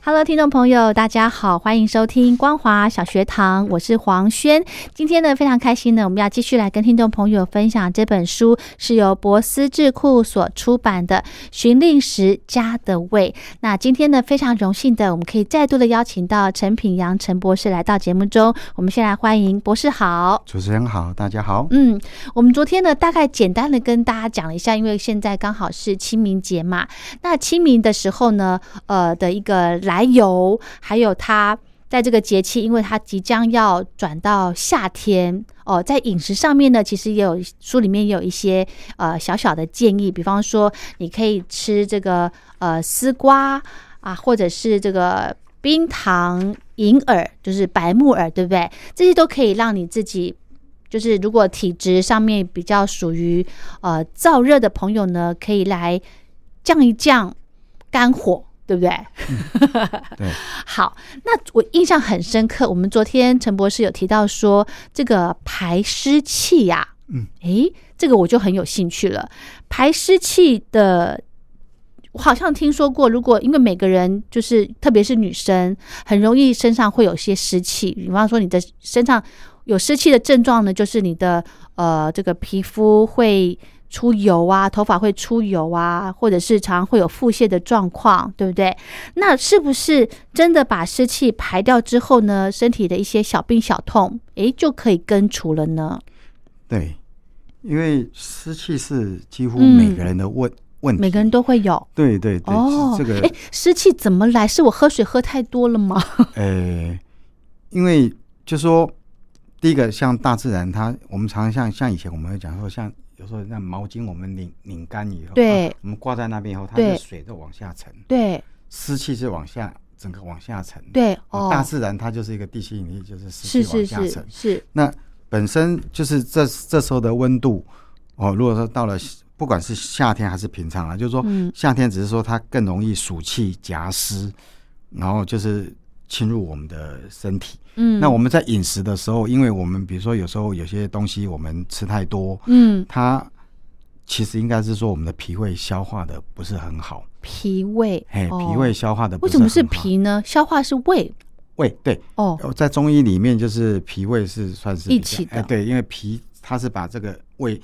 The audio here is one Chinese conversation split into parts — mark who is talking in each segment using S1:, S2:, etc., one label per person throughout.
S1: Hello，听众朋友，大家好，欢迎收听光华小学堂，我是黄轩。今天呢，非常开心呢，我们要继续来跟听众朋友分享这本书，是由博思智库所出版的《寻令时家的味》。那今天呢，非常荣幸的，我们可以再度的邀请到陈品阳陈博士来到节目中。我们先来欢迎博士好。
S2: 主持人好，大家好。
S1: 嗯，我们昨天呢，大概简单的跟大家讲了一下，因为现在刚好是清明节嘛。那清明的时候呢，呃的一个来由，还有它在这个节气，因为它即将要转到夏天哦，在饮食上面呢，其实也有书里面也有一些呃小小的建议，比方说你可以吃这个呃丝瓜啊，或者是这个冰糖银耳，就是白木耳，对不对？这些都可以让你自己。就是如果体质上面比较属于呃燥热的朋友呢，可以来降一降肝火，对不对？
S2: 嗯对，
S1: 好，那我印象很深刻，我们昨天陈博士有提到说这个排湿气呀、
S2: 嗯，
S1: 诶，这个我就很有兴趣了。排湿气的，我好像听说过，如果因为每个人就是特别是女生，很容易身上会有些湿气，比方说你的身上有湿气的症状呢，就是你的呃这个皮肤会。出油啊，头发会出油啊，或者是常常会有腹泻的状况，对不对？那是不是真的把湿气排掉之后呢，身体的一些小病小痛，诶，就可以根除了呢？
S2: 嗯对，因为湿气是几乎每个人的问、问题，
S1: 每个人都会有。
S2: 对对对，
S1: 哦，
S2: 这个
S1: 哎，湿气怎么来？是我喝水喝太多了 吗？
S2: 呃，因为就说第一个像大自然它，我们常常像像以前我们会讲说，像有时候像毛巾，我们拧拧干以后，
S1: 对
S2: 啊我们挂在那边以后，它
S1: 对
S2: 的水就往下沉，
S1: 对
S2: 湿气是往下整个往下沉。
S1: 对，
S2: 啊
S1: 哦，
S2: 大自然它就是一个地心引力，就是湿
S1: 是
S2: 气往
S1: 是
S2: 下
S1: 是
S2: 沉。
S1: 是，
S2: 那本身就是这这时候的温度哦，如果说到了不管是夏天还是平常啊，就是说
S1: 嗯
S2: 夏天只是说它更容易暑气夹湿，然后就是侵入我们的身体。
S1: 嗯，
S2: 那我们在饮食的时候，因为我们比如说有时候有些东西我们吃太多，
S1: 嗯，
S2: 它其实应该是说我们的脾胃消化的不是很好，
S1: 脾胃，
S2: 嘿，
S1: 哦
S2: 脾胃消化的不
S1: 为
S2: 是
S1: 什么是
S2: 很好
S1: 脾呢？消化是胃
S2: 胃对
S1: 哦，
S2: 哦，在中医里面，就是脾胃是算是比
S1: 一
S2: 较
S1: 起的
S2: 哎，对，因为脾它是把这个胃，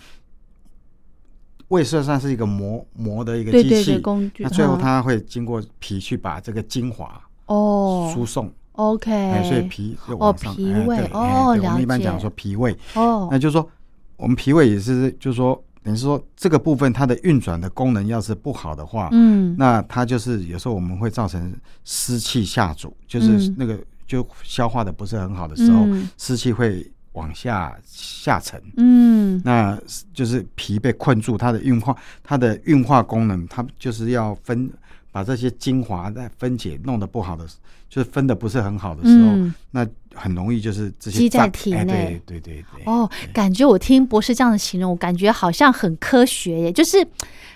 S2: 胃算算是一个磨磨的一个
S1: 对
S2: 机器，
S1: 对对，工具。
S2: 那最后
S1: 嗯
S2: 它会经过脾去把这个精华
S1: 哦
S2: 输送，
S1: ，OK，
S2: 哎，所以脾就
S1: 哦
S2: 往上
S1: 脾
S2: 哎
S1: 胃
S2: 对哎
S1: 哦
S2: 对我
S1: 了
S2: 们一般
S1: 解
S2: 讲说脾胃，
S1: 哦，
S2: 那就是说我们脾胃也是，就是说等于是说这个部分它的运转的功能要是不好的话，
S1: 嗯，
S2: 那它就是有时候我们会造成湿气下阻，就是
S1: 嗯
S2: 那个就消化的不是很好的时候，
S1: 嗯
S2: 湿气会往下下沉，
S1: 嗯
S2: 那就是脾被困住，它的运化它的运化功能，它就是要分把这些精华再分解，弄得不好的，就是分的不是很好的时候，
S1: 嗯
S2: 那很容易就是这些
S1: 积在
S2: 胀
S1: 体
S2: 哎
S1: 内
S2: 对对对对，
S1: 哦，感觉我听博士这样的形容，我感觉好像很科学耶，就是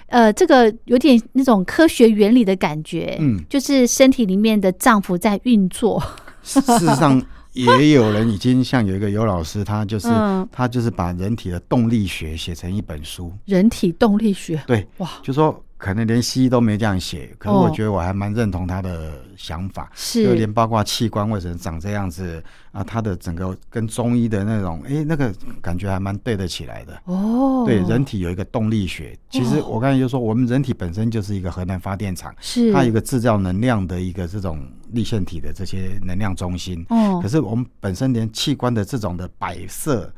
S1: 呃，这个有点那种科学原理的感觉，
S2: 嗯，
S1: 就是身体里面的脏腑在运作，
S2: 事 事实上。也有人已经像有一个尤老师，他就是、
S1: 嗯
S2: 他就是把人体的动力学写成一本书，
S1: 人体动力学，
S2: 对，
S1: 哇，
S2: 就说可能连西医都没这样写，可是我
S1: 哦
S2: 觉得我还蛮认同他的想法，就连
S1: 是
S2: 包括器官为什么长这样子啊，他的整个跟中医的那种，哎，那个感觉还蛮对得起来的。
S1: 哦，
S2: 对，人体有一个动力学，其实我刚才就说，我们人体本身就是一个核能发电厂，
S1: 是
S2: 它有一个制造能量的一个这种立腺体的这些能量中心。
S1: 哦
S2: 可，是我们本身连器官的这种的摆设，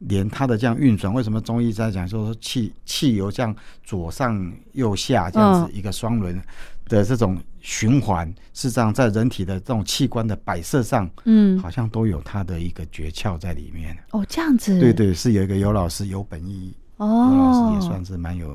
S2: 连它的这样运转，为什么中医在讲说说汽汽油这样左上右下这样子一个双轮的这种循环，事实上在人体的这种器官的摆设上，
S1: 嗯，
S2: 好像都有它的一个诀窍在里面。
S1: 哦，这样子，
S2: 对，对，是有一个尤老师有本意，尤老
S1: 哦，
S2: 师也算是蛮有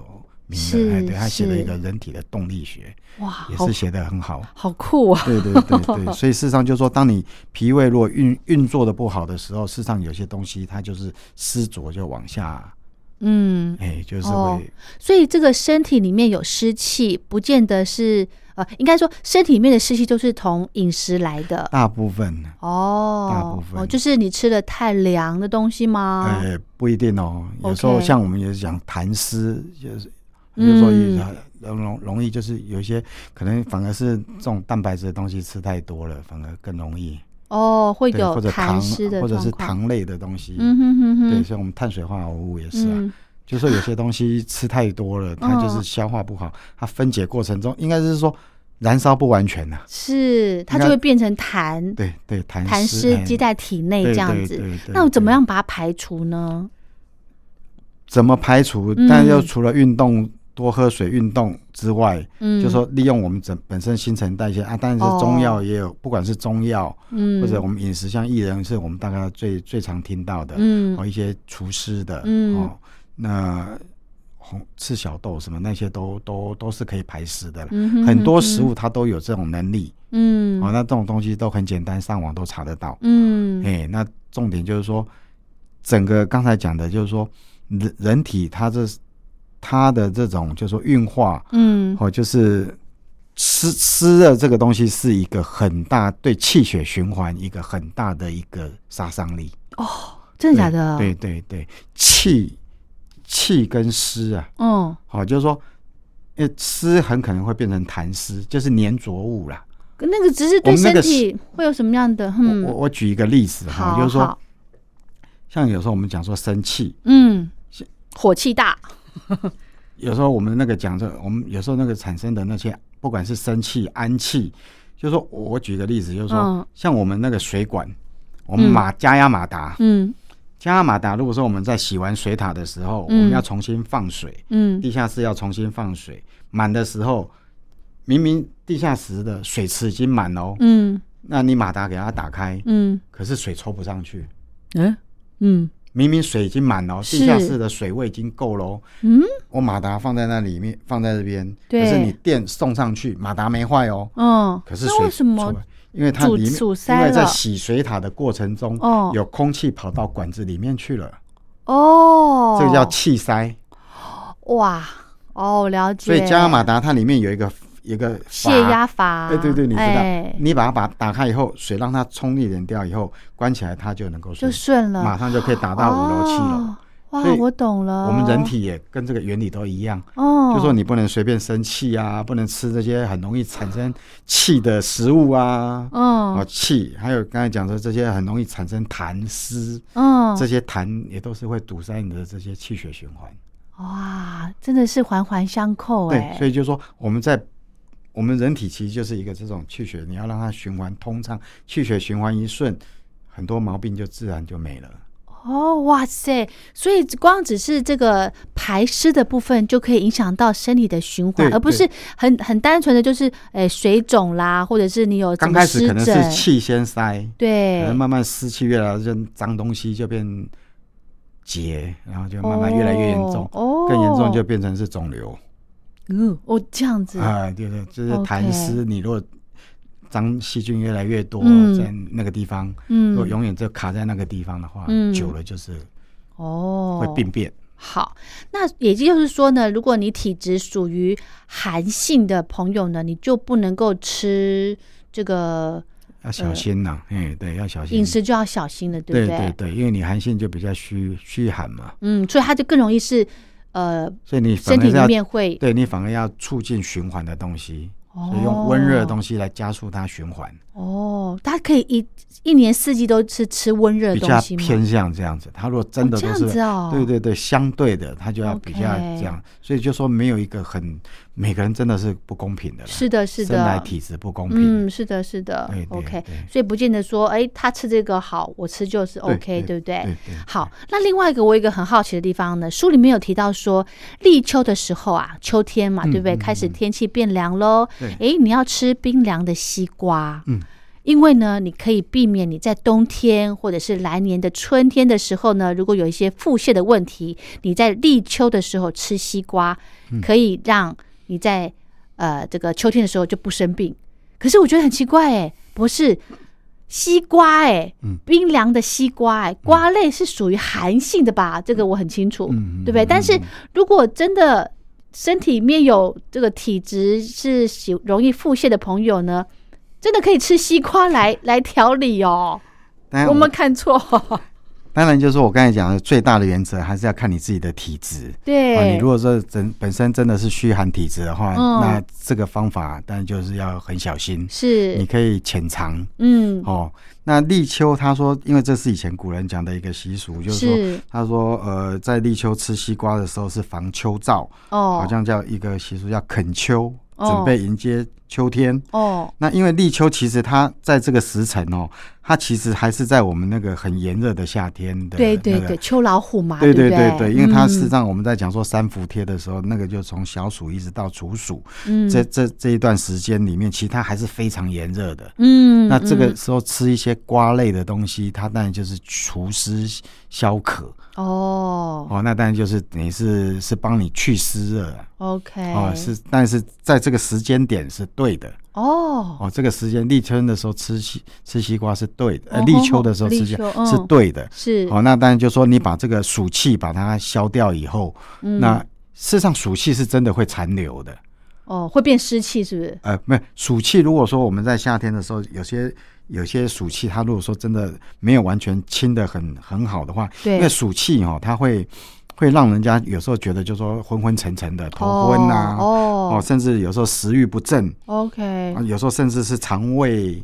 S2: 名
S1: 是
S2: 的，哎，对他写了一个
S1: 是
S2: 人体的动力学，
S1: 哇，
S2: 也
S1: 好
S2: 是写的很好。
S1: 好酷 啊，
S2: 对对对对，所以事实上就是说，当你脾胃如果运运作的不好的时候，事实上有些东西它就是湿浊就往下，
S1: 嗯，
S2: 哎，就是
S1: 哦
S2: 会
S1: 所以这个身体里面有湿气，不见得是呃，应该说身体里面的湿气就是从饮食来的。
S2: 大部分，大
S1: 哦
S2: 部，分
S1: 哦，就是你吃了太凉的东西吗？
S2: 呃，不一定哦。有时候
S1: 哦 OK
S2: 像我们也是讲痰湿，就是
S1: 嗯
S2: 就是说也容容容易就是有一些可能反而是这种蛋白质的东西吃太多了，反而更容易，
S1: 哦，会
S2: 对，
S1: 有
S2: 或者
S1: 痰
S2: 糖
S1: 湿的
S2: 或者
S1: 状
S2: 是
S1: 况。
S2: 糖类的东西，
S1: 嗯哼哼哼，
S2: 对，像我们碳水化合物也是啊。
S1: 嗯
S2: 就说有些东西吃太多了，它就是消化不好，它分解过程中应该是说燃烧不完全呐、
S1: 是它
S2: 应
S1: 就
S2: 该
S1: 会变成痰，
S2: 对对，痰
S1: 嗯痰
S2: 湿哎
S1: 湿积在体内这样子。那
S2: 那
S1: 我怎么样把它排除呢？
S2: 怎么排除
S1: 嗯？
S2: 但又除了运动、多喝水、运动之外，
S1: 嗯，
S2: 就说利用我们整本身新陈代谢啊，当然
S1: 哦
S2: 是中药也有，不管是中药
S1: 嗯，
S2: 或者我们饮食，像薏仁是我们大概最最常听到的，
S1: 嗯
S2: 哦，一些厨师的，
S1: 嗯
S2: 哦，那红赤小豆什么那些都都都是可以排湿的啦。
S1: 嗯哼
S2: 很多食
S1: 哼
S2: 物它都有这种能力，
S1: 嗯
S2: 哦，那这种东西都很简单，上网都查得到。
S1: 嗯
S2: 哎、那重点就是说，整个刚才讲的，就是说人人体它这它的这种就是说运化，
S1: 嗯
S2: 哦，就是湿湿热这个东西是一个很大对气血循环一个很大的一个杀伤力。
S1: 真的假的？
S2: 对对对，对气气跟湿啊，
S1: 嗯，
S2: 好、就是说，呃，湿很可能会变成痰湿，就是粘着物啦。
S1: 那个只是对
S2: 我们那
S1: 身
S2: 个
S1: 体会有什么样的？
S2: 我
S1: 嗯，
S2: 我我举一个例子哈，
S1: 好，
S2: 就是说
S1: 好，
S2: 像有时候我们讲说生气，
S1: 嗯，火气大，
S2: 有时候我们那个讲说，我们有时候那个产生的那些，不管是生气、氨气，就是说我我举一个例子，就是说，
S1: 嗯
S2: 像我们那个水管，我们
S1: 嗯
S2: 马加压马达，
S1: 嗯
S2: 加压马达，如果说我们在洗完水塔的时候，
S1: 嗯
S2: 我们要重新放水，
S1: 嗯
S2: 地下室要重新放水，满的时候，明明地下室的水池已经满了哦，
S1: 嗯
S2: 那你马达给它打开，
S1: 嗯
S2: 可是水抽不上去，
S1: 嗯嗯
S2: 明明水已经满了，
S1: 是
S2: 地下室的水位已经够了哦，
S1: 嗯
S2: 我马达放在那里面，放在这边，
S1: 对
S2: 可是你电送上去，马达没坏哦，
S1: 嗯，
S2: 可是
S1: 那
S2: 水
S1: 为什么
S2: 出来？因为它里面，
S1: 阻阻塞
S2: 因为在
S1: 了
S2: 洗水塔的过程中，
S1: 哦
S2: 有空气跑到管子里面去了，
S1: 哦，
S2: 这个叫气塞。
S1: 哇哦，了解。
S2: 所以加马达它里面有一个有一个阀
S1: 泄压阀，
S2: 哎，对对，你知道，
S1: 哎
S2: 你把它把打开以后，水让它冲一点掉以后，关起来它就能够
S1: 就
S2: 顺，
S1: 顺了，
S2: 马上就可以达到五楼、七楼
S1: 哦。。哇
S2: 所，以
S1: 我懂了。
S2: 我们人体也跟这个原理都一样，
S1: 哦，
S2: 就说你不能随便生气啊，不能吃这些很容易产生气的食物啊，
S1: 嗯
S2: 啊气，还有刚才讲说这些很容易产生痰湿，
S1: 嗯，
S2: 这些痰也都是会堵塞你的这些气血循环。
S1: 哇，真的是环环相扣哎
S2: 对，。所以就说我们在我们人体其实就是一个这种气血，你要让它循环通畅，气血循环一顺，很多毛病就自然就没了。
S1: 哦，哇塞！所以光只是这个排湿的部分，就可以影响到身体的循环，
S2: 对
S1: 而不
S2: 对
S1: 是很很单纯的就是诶水肿啦，或者是你有
S2: 刚
S1: 什么
S2: 开始
S1: 湿
S2: 可能是
S1: 疹，
S2: 气先塞，可
S1: 对
S2: 能，慢慢湿气越来越脏东西就变结，然后就慢慢越来越严重，
S1: 哦，
S2: 更严重就变成是肿瘤
S1: 嗯哦这样子，
S2: 啊，对对，就是
S1: OK
S2: 痰湿，你如果脏细菌越来越多
S1: 嗯，
S2: 在那个地方，如果
S1: 嗯，
S2: 永远就卡在那个地方的话
S1: 嗯，
S2: 久了就是
S1: 哦，
S2: 会病变。
S1: 好，那也就是说呢，如果你体质属于寒性的朋友呢，你就不能够吃这个
S2: 要小心呐、哎、对，要小心
S1: 饮。食，就要小心了，呃对不
S2: 对对对，因为你寒性就比较虚虚寒嘛，
S1: 嗯，所以它就更容易是呃，
S2: 所以你反
S1: 身
S2: 而
S1: 体
S2: 是
S1: 里
S2: 要
S1: 面会
S2: 对你反而要促进循环的东西，
S1: 哦
S2: 所以用温热的东西来加速它循环，
S1: 哦，它可以一一年四季都是吃温热的
S2: 比
S1: 东
S2: 较
S1: 西吗？哦
S2: 偏向这样子。它如果真的
S1: 哦、这
S2: 都
S1: 样
S2: 是，
S1: 子哦，
S2: 对对对，相对的它就要
S1: OK
S2: 比较这样所以就说没有一个很每个人真的是不公平的啦，
S1: 是的，是
S2: 生来
S1: 的，
S2: 体质不公平。
S1: 嗯，是的，是的
S2: 对对
S1: ，OK，
S2: 对
S1: 所以不见得说，哎，他吃这个好，我吃就是
S2: 对
S1: OK，对不对？
S2: 对，
S1: 好，那另外一个我有一个很好奇的地方呢，书里面有提到说立秋的时候啊，秋天嘛，
S2: 嗯
S1: 对不对？
S2: 嗯
S1: 开始天气变凉喽，
S2: 对
S1: 诶，你要吃冰凉的西瓜，
S2: 嗯，
S1: 因为呢，你可以避免你在冬天或者是来年的春天的时候呢，如果有一些腹泻的问题，你在立秋的时候吃西瓜，
S2: 嗯
S1: 可以让你在呃这个秋天的时候就不生病。可是我觉得很奇怪哎，博士，西瓜哎，
S2: 嗯
S1: 冰凉的西瓜哎，瓜类是属于寒性的吧？这个我很清楚，
S2: 嗯嗯
S1: 对不对？
S2: 嗯
S1: 但是如果真的身体里面有这个体质是喜容易腹泻的朋友呢，真的可以吃西瓜 来来调理哦。
S2: 当然
S1: 我
S2: 哎我
S1: 们
S2: 们
S1: 看 错，
S2: 当然就是说我刚才讲的最大的原则，还是要看你自己的体质。啊，你
S1: 对
S2: 如，果说真本身真的是虚寒体质的话，
S1: 嗯
S2: 那这个方法当然就是要很小心。你
S1: 是，
S2: 可以浅尝
S1: 嗯，
S2: 哦。那立秋，他说，因为这是以前古人讲的一个习俗，就是说，
S1: 是
S2: 他说，呃，在立秋吃西瓜的时候是防秋燥，
S1: 哦，
S2: 好像叫一个习俗叫啃秋，
S1: 哦
S2: 准备迎接秋天。
S1: 哦，
S2: 那因为立秋其实它在这个时辰哦，它其实还是在我们那个很炎热的夏天的、那
S1: 对
S2: 个
S1: 对对，秋老虎嘛，
S2: 对
S1: 对
S2: 对对
S1: 不
S2: 对，因为它
S1: 嗯
S2: 事实上我们在讲说三伏贴的时候，那个就从小暑一直到处暑，
S1: 嗯
S2: 这这这一段时间里面，其实它还是非常炎热的。
S1: 嗯，
S2: 那这
S1: 嗯
S2: 个时候吃一些瓜类的东西，它当然就是除湿消渴
S1: 哦
S2: 哦，那当然就是等于是是帮你去湿热啊
S1: ，OK，
S2: 哦，是，但是在这个时间点是对的
S1: 哦，
S2: 哦，这个时间立春的时候吃西吃西瓜是对的，呃
S1: 哦
S2: 立秋的时候
S1: 立
S2: 吃西
S1: 秋
S2: 瓜
S1: 嗯
S2: 是对的，哦
S1: 是
S2: 好、那当然就说你把这个暑气把它消掉以后，
S1: 嗯
S2: 那事实上暑气是真的会残留的。
S1: 哦，会变湿气是不是？
S2: 呃，没有暑气，如果说我们在夏天的时候，有些有些暑气，它如果说真的没有完全清的很很好的话，
S1: 对
S2: 因为暑气哦，它会会让人家有时候觉得就说昏昏沉沉的，头昏呐、
S1: 哦
S2: 哦，甚至有时候食欲不振，
S1: 哦，OK，
S2: 啊，有时候甚至是肠胃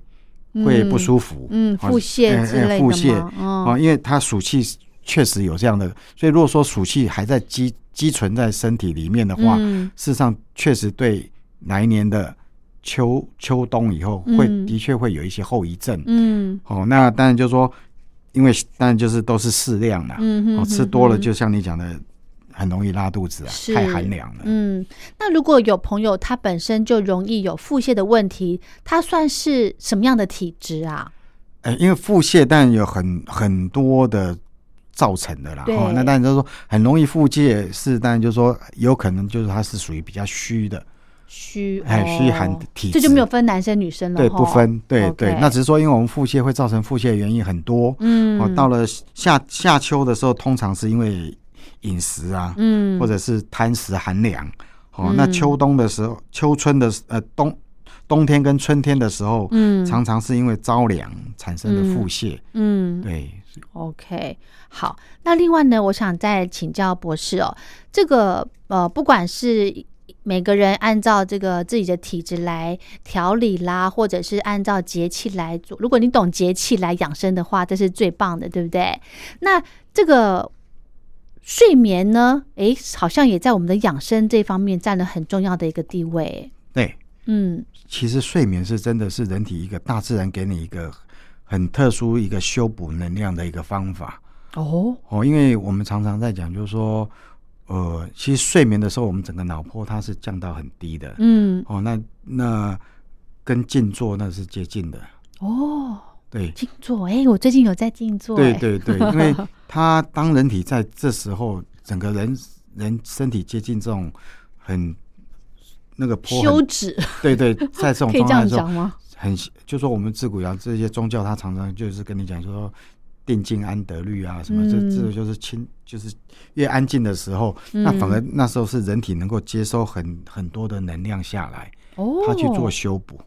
S2: 会不舒服，
S1: 嗯，
S2: 啊
S1: 腹泻
S2: 哎
S1: 之
S2: 哎
S1: 类
S2: 腹
S1: 的
S2: 泻
S1: 吗？，嗯，
S2: 啊，因为它暑气确实有这样的，所以如果说暑气还在积积存在身体里面的话，
S1: 嗯
S2: 事实上确实对来年的秋秋冬以后会、
S1: 嗯
S2: 的确会有一些后遗症。
S1: 嗯
S2: 哦，那当然就是说，因为当然就是都是适量啦，
S1: 嗯哼
S2: 哦，
S1: 哼
S2: 吃多了
S1: 哼
S2: 就像你讲的，很容易拉肚子啊，
S1: 是
S2: 太寒凉了。
S1: 嗯，那如果有朋友他本身就容易有腹泻的问题，他算是什么样的体质啊？
S2: 呃，因为腹泻当然有很很多的造成的啦，
S1: 对
S2: 哦，那当然就是说很容易腹泻是，当然就是说有可能就是它是属于比较虚的，
S1: 虚，
S2: 哎，虚寒
S1: 哦
S2: 体质，
S1: 这就没有分男生女生了，
S2: 对
S1: 吼
S2: 不。分，对
S1: OK
S2: 对，那只是说因为我们腹泻会造成腹泻的原因很多，
S1: 嗯，
S2: 哦，到了夏夏秋的时候，通常是因为饮食啊，
S1: 嗯，
S2: 或
S1: 者
S2: 者是贪食寒凉，哦，那秋冬的时候，秋春的时呃冬冬天跟春天的时候，
S1: 嗯
S2: 常常是因为着凉产生的腹泻，
S1: 嗯，
S2: 对。
S1: OK，好，那另外呢，我想再请教博士哦，这个呃，不管是每个人按照这个自己的体质来调理啦，或者是按照节气来做，如果你懂节气来养生的话，这是最棒的，对不对？那这个睡眠呢，诶，好像也在我们的养生这方面占了很重要的一个地位。
S2: 对，
S1: 嗯，
S2: 其实睡眠是真的是人体一个大自然给你一个很特殊一个修补能量的一个方法
S1: 哦，
S2: 哦，因为我们常常在讲，就是说，呃，其实睡眠的时候，我们整个脑波它是降到很低的、
S1: 嗯，
S2: 哦，那那跟静坐那是接近的，
S1: 哦，
S2: 对，
S1: 静坐，诶，我最近有在静坐，
S2: 对
S1: 诶，
S2: 对 对，因为它当人体在这时候，整个人人身体接近这种很那个坡
S1: 休
S2: 很，
S1: 止
S2: 对对，在这 种
S1: 可以
S2: 状
S1: 这
S2: 态
S1: 样
S2: 的时候
S1: 讲，吗？
S2: 很就说我们自古以来这些宗教，它常常就是跟你讲说定静安得虑啊，什么、
S1: 嗯
S2: 这这个就是清，就是越安静的时候，那反
S1: 嗯
S2: 而那时候是人体能够接收很很多的能量下来，
S1: 哦，
S2: 它去做修补。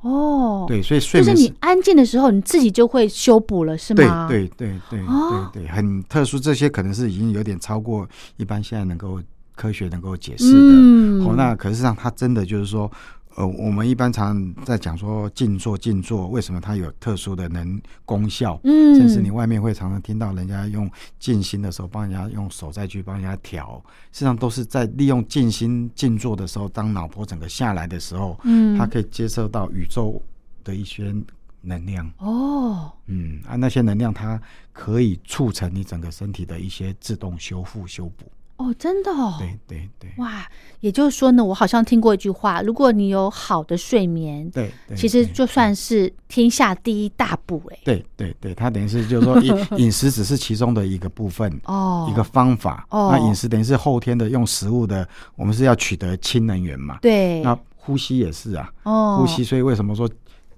S1: 哦，，
S2: 对，所以睡
S1: 就是
S2: 眠
S1: 你安静的时候，你自己就会修补了，是
S2: 对
S1: 吗？
S2: 对对对
S1: 哦
S2: 对对，很特殊，这些可能是已经有点超过一般现在能够科学能够解释的。
S1: 嗯，
S2: 哦，那可是让它真的就是说，呃，我们一般常在讲说静坐，静坐为什么它有特殊的能功效？
S1: 嗯，
S2: 甚至你外面会常常听到人家用静心的时候，帮人家用手再去帮人家调，实际上都是在利用静心静坐的时候，当脑波整个下来的时候，
S1: 嗯，
S2: 它可以接受到宇宙的一些能量。
S1: 哦，
S2: 嗯，啊，那些能量它可以促成你整个身体的一些自动修复、修补。
S1: 哦，真的哦，
S2: 对对对，
S1: 哇，也就是说呢，我好像听过一句话，如果你有好的睡眠，
S2: 对对，
S1: 其实
S2: 对
S1: 就算是天下第一大步哎、
S2: 对对对，它等于是就是说 饮饮食只是其中的一个部分，
S1: 哦，
S2: 一个方法。
S1: 哦
S2: 那饮食等于是后天的用食物的，我们是要取得氢能源嘛。
S1: 对，
S2: 那呼吸也是啊，
S1: 哦，
S2: 呼吸。所以为什么说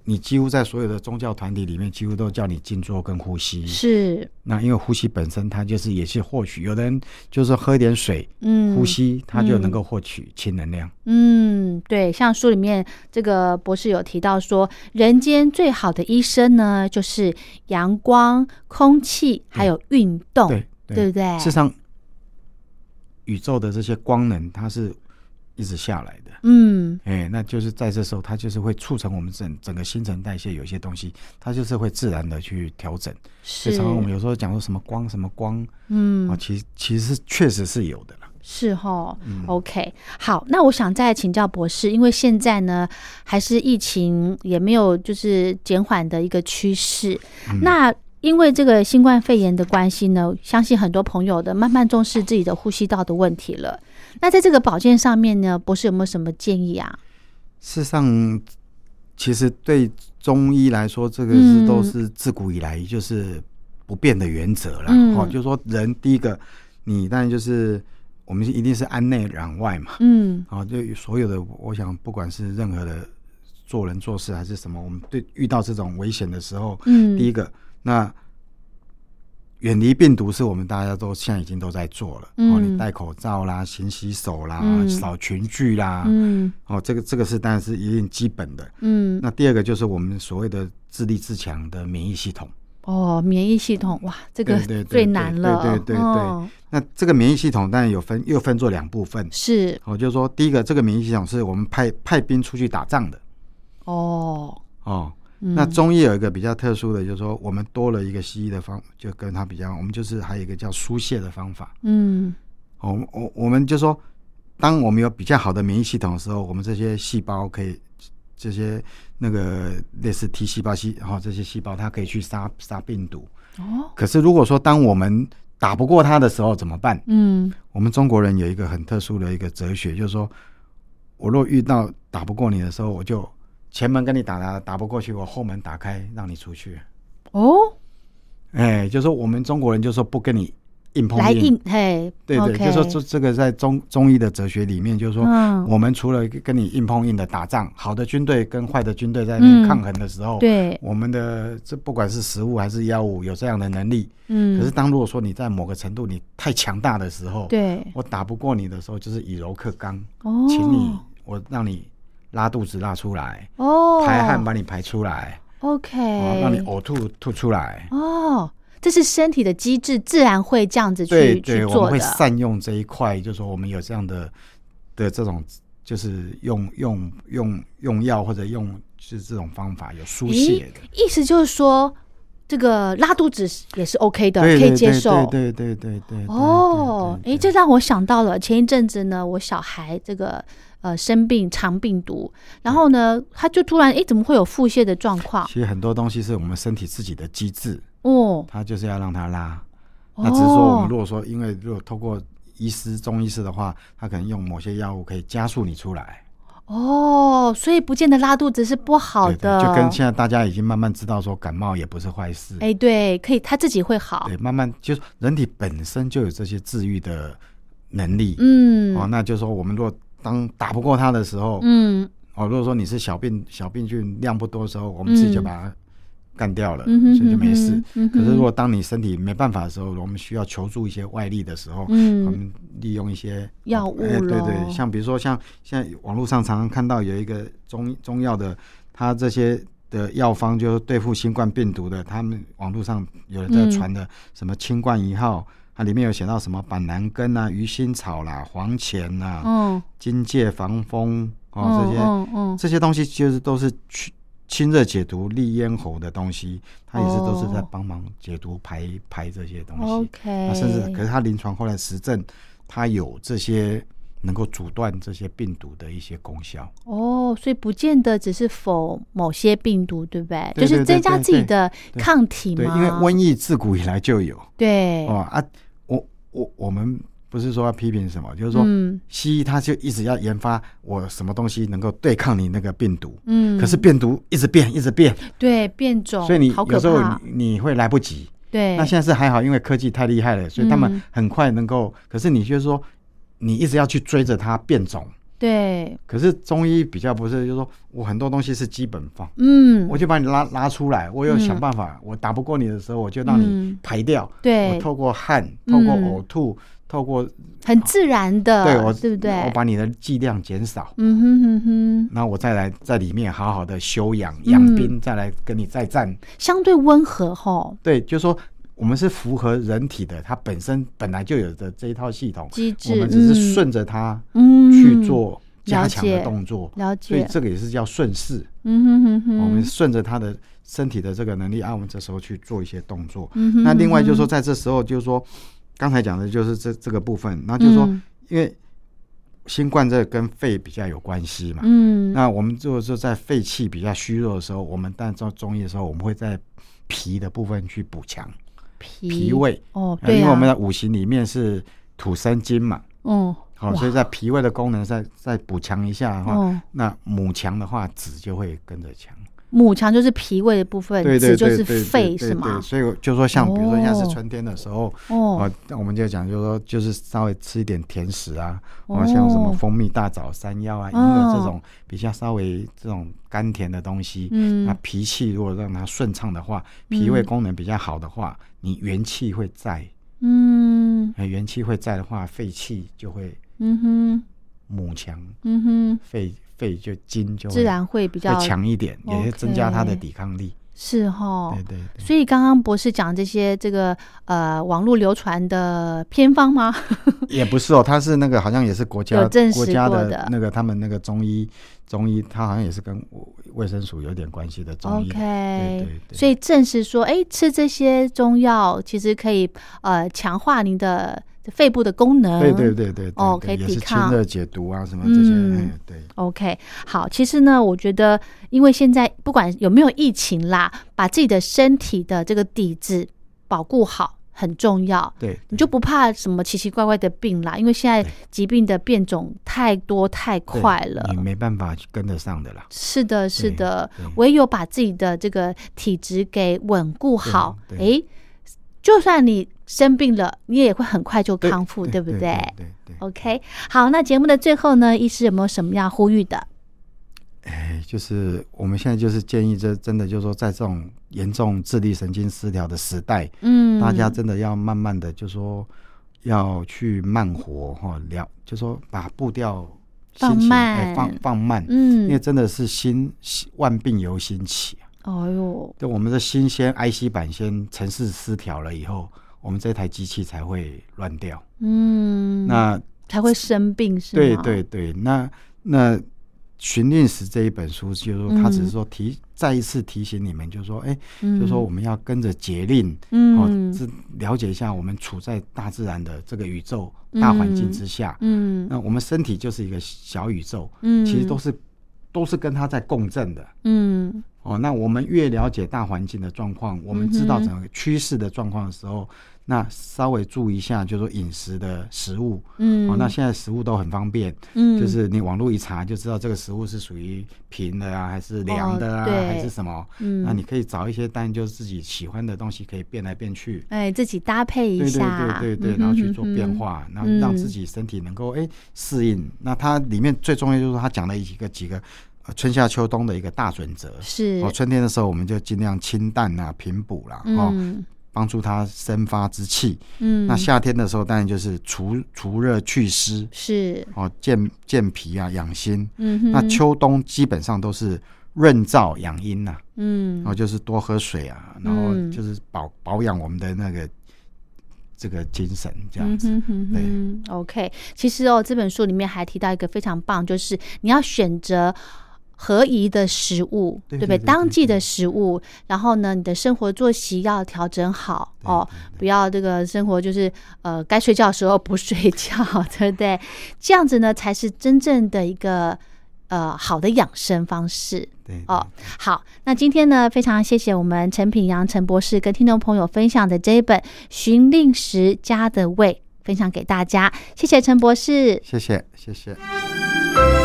S2: 你几乎在所有的宗教团体里面，几乎都叫你静坐跟呼吸。
S1: 是，
S2: 那因为呼吸本身它就是也是获取，有的人就是说喝一点水，
S1: 嗯，
S2: 呼，吸它就
S1: 嗯
S2: 能够获取氢能量。
S1: 嗯，对，像书里面这个博士有提到说，人间最好的医生呢，就是阳光、空气还有运动，
S2: 对
S1: 哦对不哎对？
S2: 事实上，宇宙的这些光能它是一直下来的。
S1: 嗯，
S2: 哎，那就是在这时候，它就是会促成我们整整个新陈代谢，有一些东西它就是会自然的去调整。
S1: 是
S2: 所以，常常我们有时候讲说什么光什么光
S1: 嗯
S2: 啊，其实其实是确实是有的啦。
S1: 是哈、o
S2: 嗯
S1: k 好，那我想再请教博士，因为现在呢还是疫情也没有就是减缓的一个趋势，
S2: 嗯
S1: 那。因为这个新冠肺炎的关系呢，相信很多朋友的慢慢重视自己的呼吸道的问题了。那在这个保健上面呢，博士有没有什么建议啊？
S2: 事实上，其实对中医来说，这个是
S1: 嗯
S2: 都是自古以来就是不变的原则啦。
S1: 嗯
S2: 哦，就是说人第一个，你当然就是我们一定是安内攘外嘛。
S1: 嗯，
S2: 啊，就所有的，我想不管是任何的做人做事还是什么，我们对遇到这种危险的时候，
S1: 嗯
S2: 第一个，那远离病毒是我们大家都现在已经都在做了，哦，
S1: 嗯
S2: 你戴口罩啦，勤洗手啦，
S1: 嗯
S2: 少群聚啦，
S1: 嗯
S2: 哦，这个这个是当然是一定基本的。
S1: 嗯，
S2: 那第二个就是我们所谓的自立自强的免疫系统。
S1: 哦，免疫系统，哇，这个
S2: 对对对
S1: 最难了，
S2: 对对对对对
S1: 哦
S2: 那这个免疫系统当然有分，又分作两部分。
S1: 是
S2: 哦，就是说，第一个，这个免疫系统是我们派派兵出去打仗的，
S1: 哦，
S2: 哦，
S1: 嗯
S2: 那中医有一个比较特殊的，就是说我们多了一个西医的方，就跟它比较，我们就是还有一个叫疏泄的方法。
S1: 嗯
S2: 哦，我们我我们就说，当我们有比较好的免疫系统的时候，我们这些细胞可以，这些那个类似 T 细胞细，然、哦、后这些细胞它可以去杀杀病毒。
S1: 哦
S2: 可是如果说当我们打不过它的时候怎么办？
S1: 嗯
S2: 我们中国人有一个很特殊的一个哲学，就是说，我若遇到打不过你的时候，我就前门跟你打打打不过去，我后门打开让你出去。
S1: 哦。
S2: 哎，就说我们中国人就说不跟你硬碰
S1: 来
S2: 硬，
S1: 硬嘿，
S2: 对对
S1: o
S2: 就
S1: k
S2: 说这这个在中中医的哲学里面，就是说、
S1: 嗯
S2: 我们除了跟你硬碰硬的打仗，好的军队跟坏的军队在那边
S1: 嗯
S2: 抗衡的时候，
S1: 对，
S2: 我们的这不管是食物还是药物有这样的能力，
S1: 嗯，
S2: 可是当如果说你在某个程度你太强大的时候，
S1: 对
S2: 我打不过你的时候，就是以柔克刚，
S1: 哦，
S2: 请你我让你拉肚子拉出来，
S1: 哦，
S2: 排汗把你排出来，
S1: ，OK，
S2: 哦，让你呕吐吐出来。
S1: 哦，这是身体的机制，自然会这样子
S2: 对
S1: 去去
S2: 对，我
S1: 做
S2: 们会
S1: 的，
S2: 善用这一块，就是说我们有这样的的这种，就是用用用用药或者用是这种方法有疏泄的，
S1: 意思就是说，这个拉肚子也是 OK 的，
S2: 对
S1: 可
S2: 对
S1: 以
S2: 对
S1: 接受。
S2: 对对对对对
S1: 哦，
S2: 对
S1: 诶，这让我想到了前一阵子呢，我小孩这个呃生病肠病毒，然后呢，他就突然诶，怎么会有腹泻的状况？
S2: 其实很多东西是我们身体自己的机制，
S1: 哦，
S2: 它就是要让它拉。
S1: 哦
S2: 那只是说，我们如果说，因为如果透过医师、中医师的话，他可能用某些药物可以加速你出来，
S1: 哦，所以不见得拉肚子是不好
S2: 对对
S1: 的，
S2: 就跟现在大家已经慢慢知道说，感冒也不是坏事，
S1: 哎，对，可以，他自己会好
S2: 对，。慢慢就是人体本身就有这些治愈的能力，
S1: 嗯，
S2: 哦，那就是说，我们如果当打不过它的时候，
S1: 嗯
S2: 哦，如果说你是小病小病菌量不多的时候，我们自己就
S1: 嗯
S2: 把它干掉了，
S1: 嗯哼
S2: 所以就没事。
S1: 嗯哼
S2: 可是如果当你身体没办法的时候，我们需要求助一些外力的时候，我
S1: 嗯
S2: 们利用一些
S1: 药物
S2: 哎对
S1: 咯
S2: 对，像比如说像现在网络上常常看到有一个中中药的，它这些的药方就是对付新冠病毒的，他们网络上有人在
S1: 嗯
S2: 传的什么清冠一号，它里面有写到
S1: 哦
S2: 什么板蓝根啊、鱼腥草啦、黄芩啦、
S1: 嗯
S2: 荆芥防风哦，这些、
S1: 嗯嗯
S2: 这些东西就是都是去清热解毒、利咽喉的东西，它也是都是在
S1: 哦
S2: 帮忙解毒排排这些东
S1: 嗯
S2: 西。
S1: ，OK，
S2: 那甚至可是他临床后来实证，它有这些能够阻断这些病毒的一些功效。
S1: 哦，所以不见得只是否某些病毒，对不对？
S2: 对
S1: 就是
S2: 对对
S1: 增加
S2: 对
S1: 自己
S2: 对
S1: 的
S2: 对
S1: 抗体
S2: 对，
S1: 嘛。
S2: 因为瘟疫自古以来就有
S1: 对，
S2: 哦啊，我我我们不是说要批评什么，就是说
S1: 嗯
S2: 西医它就一直要研发我什么东西能够对抗你那个病毒，
S1: 嗯，
S2: 可是病毒一直变一直变，
S1: 对变种，
S2: 所以你
S1: 好可
S2: 有时候
S1: 怕。
S2: 你你会来不及。
S1: 对，
S2: 那现在是还好，因为科技太厉害了，所以他们
S1: 嗯
S2: 很快能够。可是你就是说，你一直要去追着它变种。
S1: 对，
S2: 可是中医比较不是，就是说我很多东西是基本法，
S1: 嗯，
S2: 我就把你拉拉出来，我有想
S1: 嗯
S2: 办法，我打不过你的时候，我就让你
S1: 嗯
S2: 排掉。
S1: 对
S2: 我透过汗，透过
S1: 嗯
S2: 呕吐，透过
S1: 很自然的，
S2: 对我，
S1: 对不对？
S2: 我把你的剂量减少，
S1: 嗯哼哼哼，
S2: 那我再来在里面好好的休养养
S1: 嗯
S2: 兵，再来跟你再战。
S1: 相对温和吼
S2: 对，就是说我们是符合人体的，它本身本来就有的这一套系统，
S1: 机
S2: 我
S1: 制，
S2: 们只是顺着它
S1: 嗯
S2: 去做加强
S1: 了
S2: 的
S1: 解
S2: 动作，
S1: 嗯了
S2: 所以
S1: 解，
S2: 这个也是叫顺势。
S1: 嗯哼哼哼，
S2: 我们顺着他的身体的这个能力啊，我们这时候去做一些动作。
S1: 嗯哼
S2: 那另外就是
S1: 哼
S2: 说，在这时候就是说，刚才讲的就是这这个部分，那就是说
S1: 嗯，
S2: 因为新冠这跟肺比较有关系嘛。
S1: 嗯，
S2: 那我们如果说在肺气比较虚弱的时候，我们但做中医的时候，我们会在脾的部分去补强
S1: 脾
S2: 脾胃，
S1: 哦，
S2: 呃
S1: 对
S2: 因为
S1: 啊，
S2: 我们的五行里面是土生金嘛，
S1: 嗯，
S2: 好、
S1: 哇
S2: 所以在脾胃的功能再再补强一下的话，
S1: 哦，
S2: 那母强的话，子就会跟着强。
S1: 母强就是脾胃的部分，
S2: 对对
S1: 子就
S2: 对
S1: 是
S2: 对
S1: 肺
S2: 对对
S1: 是
S2: 对
S1: 吗？
S2: 所以我就说，像比如说像是
S1: 哦
S2: 春天的时候，
S1: 哦
S2: 啊，那我们就讲，就是说，就是稍微吃一点甜食啊，
S1: 哦
S2: 哦，像什么蜂蜜大枣、山药啊、银耳
S1: 哦
S2: 这种比较稍微这种甘甜的东西。那
S1: 嗯，
S2: 脾气如果让它顺畅的话，脾胃
S1: 嗯
S2: 功能比较好的话，你元气会在，
S1: 嗯
S2: 呃元气会在的话，肺气就会
S1: 嗯哼
S2: 母强，
S1: 嗯哼，
S2: 肺肺就金就会
S1: 自然会比较
S2: 会强一点，也会增加它的
S1: OK 哦
S2: 抵抗力。
S1: 是哈。
S2: 对对对。
S1: 所以刚刚博士讲这些这个呃网络流传的偏方吗？
S2: 也不是哦，他是那个好像也是国家
S1: 有证实
S2: 国家
S1: 过的
S2: 的那个他们那个中医中医，他好像也是跟卫生署有点关系的中医。
S1: OK，
S2: 对对对
S1: 所以证实说，哎，吃这些中药其实可以呃强化您的肺部的功能。
S2: 对对对对对
S1: 哦
S2: 对
S1: 可以
S2: 也
S1: 抵
S2: 是清
S1: 抗
S2: 热解毒啊，什么这些，
S1: 嗯
S2: 嗯，对，
S1: OK，好，其实呢，我觉得，因为现在不管有没有疫情啦，把自己的身体的这个底子保护好很重要。
S2: 对，
S1: 你就不怕什么奇奇怪怪的病啦，因为现在
S2: 对
S1: 疾病的变种太多太
S2: 对
S1: 快了。
S2: 你没办法去跟得上的啦。
S1: 是的，是的
S2: 对，
S1: 唯有把自己的这个体质给稳固好，
S2: 对对
S1: 诶，就算你生病了，你也会很快就
S2: 对
S1: 康复，
S2: 对
S1: 不
S2: 对？对对对
S1: OK，好，那节目的最后呢，医师有没有什么要呼吁的？
S2: 哎，就是我们现在就是建议，这真的就是说，在这种严重智力神经失调的时代，
S1: 嗯，
S2: 大家真的要慢慢的，就说要去慢活哈，了，就说把步调心
S1: 放
S2: 情
S1: 慢
S2: 哎放放慢，因为
S1: 嗯，
S2: 真的是心心万病由心起啊。
S1: 哎呦，
S2: 就我们的心先 IC 版先城市失调了以后，我们这台机器才会乱掉。
S1: 嗯，
S2: 那
S1: 才会生病是
S2: 对
S1: 吗？
S2: 对对，那那《寻令史》这一本书，就是说它只是说提、再一次提醒你们，就是说，哎、
S1: 嗯，
S2: 就是说我们要跟着节令，
S1: 嗯
S2: 哦，是了解一下我们处在大自然的这个宇宙大环境之下，
S1: 嗯
S2: 那我们身体就是一个小宇宙，
S1: 嗯，
S2: 其实都是都是跟它在共振的。
S1: 嗯
S2: 哦，那我们越了解大环境的状况，我们知道整个趋势的状况的时候，那稍微注意一下，就是说饮食的食物。
S1: 嗯，
S2: 哦，那现在食物都很方便，
S1: 嗯
S2: 就是你网络一查就知道这个食物是属于平的啊，还是凉的啊，
S1: 哦对
S2: 还是什么。
S1: 嗯
S2: 那你可以找一些，但就是自己喜欢的东西，可以变来变去。
S1: 哎自己搭配一
S2: 对对
S1: 下，
S2: 对对对，
S1: 嗯
S2: 然后去
S1: 哼
S2: 做
S1: 哼
S2: 变
S1: 哼
S2: 化，然后
S1: 嗯
S2: 让自己身体能够哎适应。那它里面最重要就是它讲了一个几个呃春夏秋冬的一个大准则。
S1: 是
S2: 哦，春天的时候我们就尽量清淡啊、平补啦，哦，
S1: 嗯
S2: 帮助它生发之气。
S1: 嗯，
S2: 那夏天的时候当然就是除除热祛湿，
S1: 是
S2: 哦，健健脾啊、养心。
S1: 嗯哼，
S2: 那秋冬基本上都是润燥养阴呐、
S1: 嗯
S2: 哦然后就是多喝水啊，然后
S1: 嗯
S2: 就是保保养我们的那个这个精神这样
S1: 嗯
S2: 子。
S1: 哼哼哼，OK。其实哦，这本书里面还提到一个非常棒，就是你要选择合宜的食物，
S2: 对
S1: 不对？
S2: 对对
S1: 当季
S2: 对
S1: 的
S2: 对
S1: 食物，然后呢，你的生活作息要调整好哦，不要这个生活就是呃，该睡觉的时候不睡觉， 对不对？这样子呢，才是真正的一个呃好的养生方式。
S2: 对对
S1: 哦，好，那今天呢，非常谢谢我们陈品阳陈博士跟听众朋友分享的这一本《寻令时家的味》，分享给大家，谢谢陈博士。
S2: 谢谢谢谢。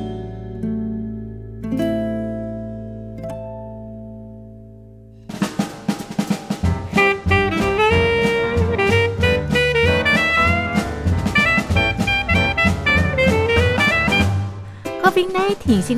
S3: COVID-19 新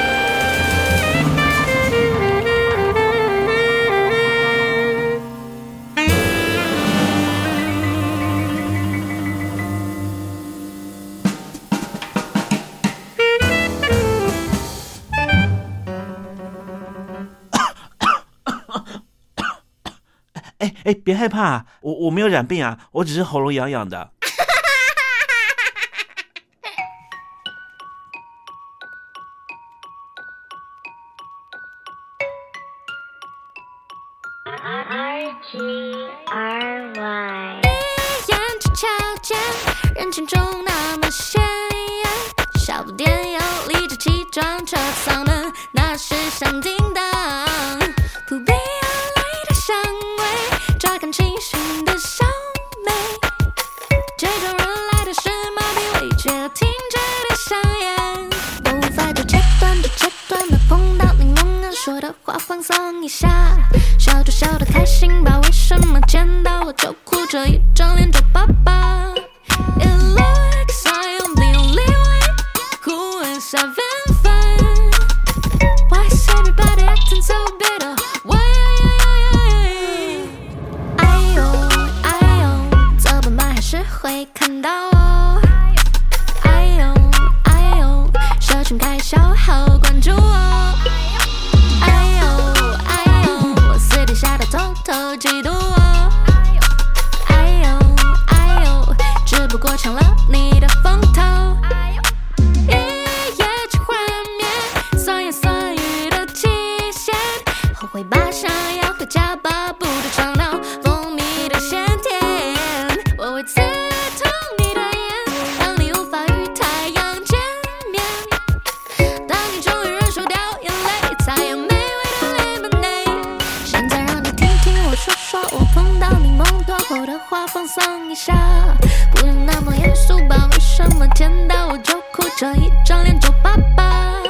S4: 哎哎，别害怕，我我没有染病啊，我只是喉咙痒痒的。
S5: R G R Y。眼去瞧见人群中那么显眼，小不点要理直气壮扯嗓门，那是响叮当。扑鼻而来的香味，抓干清新的小美。追逐而来的是麻痹味觉停止的香烟，无法在这段的这段的碰到你刚刚说的话，放松一下，笑着笑得开心吧，为什么见到我就哭着一张脸皱巴巴？It looks like I'm the only one who is having fun. Why's everybody acting so bitter? Why? why, why, why, why? 哎呦哎呦，怎么办还是会看到哦。哎呦哎呦，社群开销好关注哦。哎呦哎呦，我私底下的偷偷嫉妒哦。哎呦后的话放松一下，不用那么严肃吧？为什么见到我就哭着一张脸皱巴巴？哎哎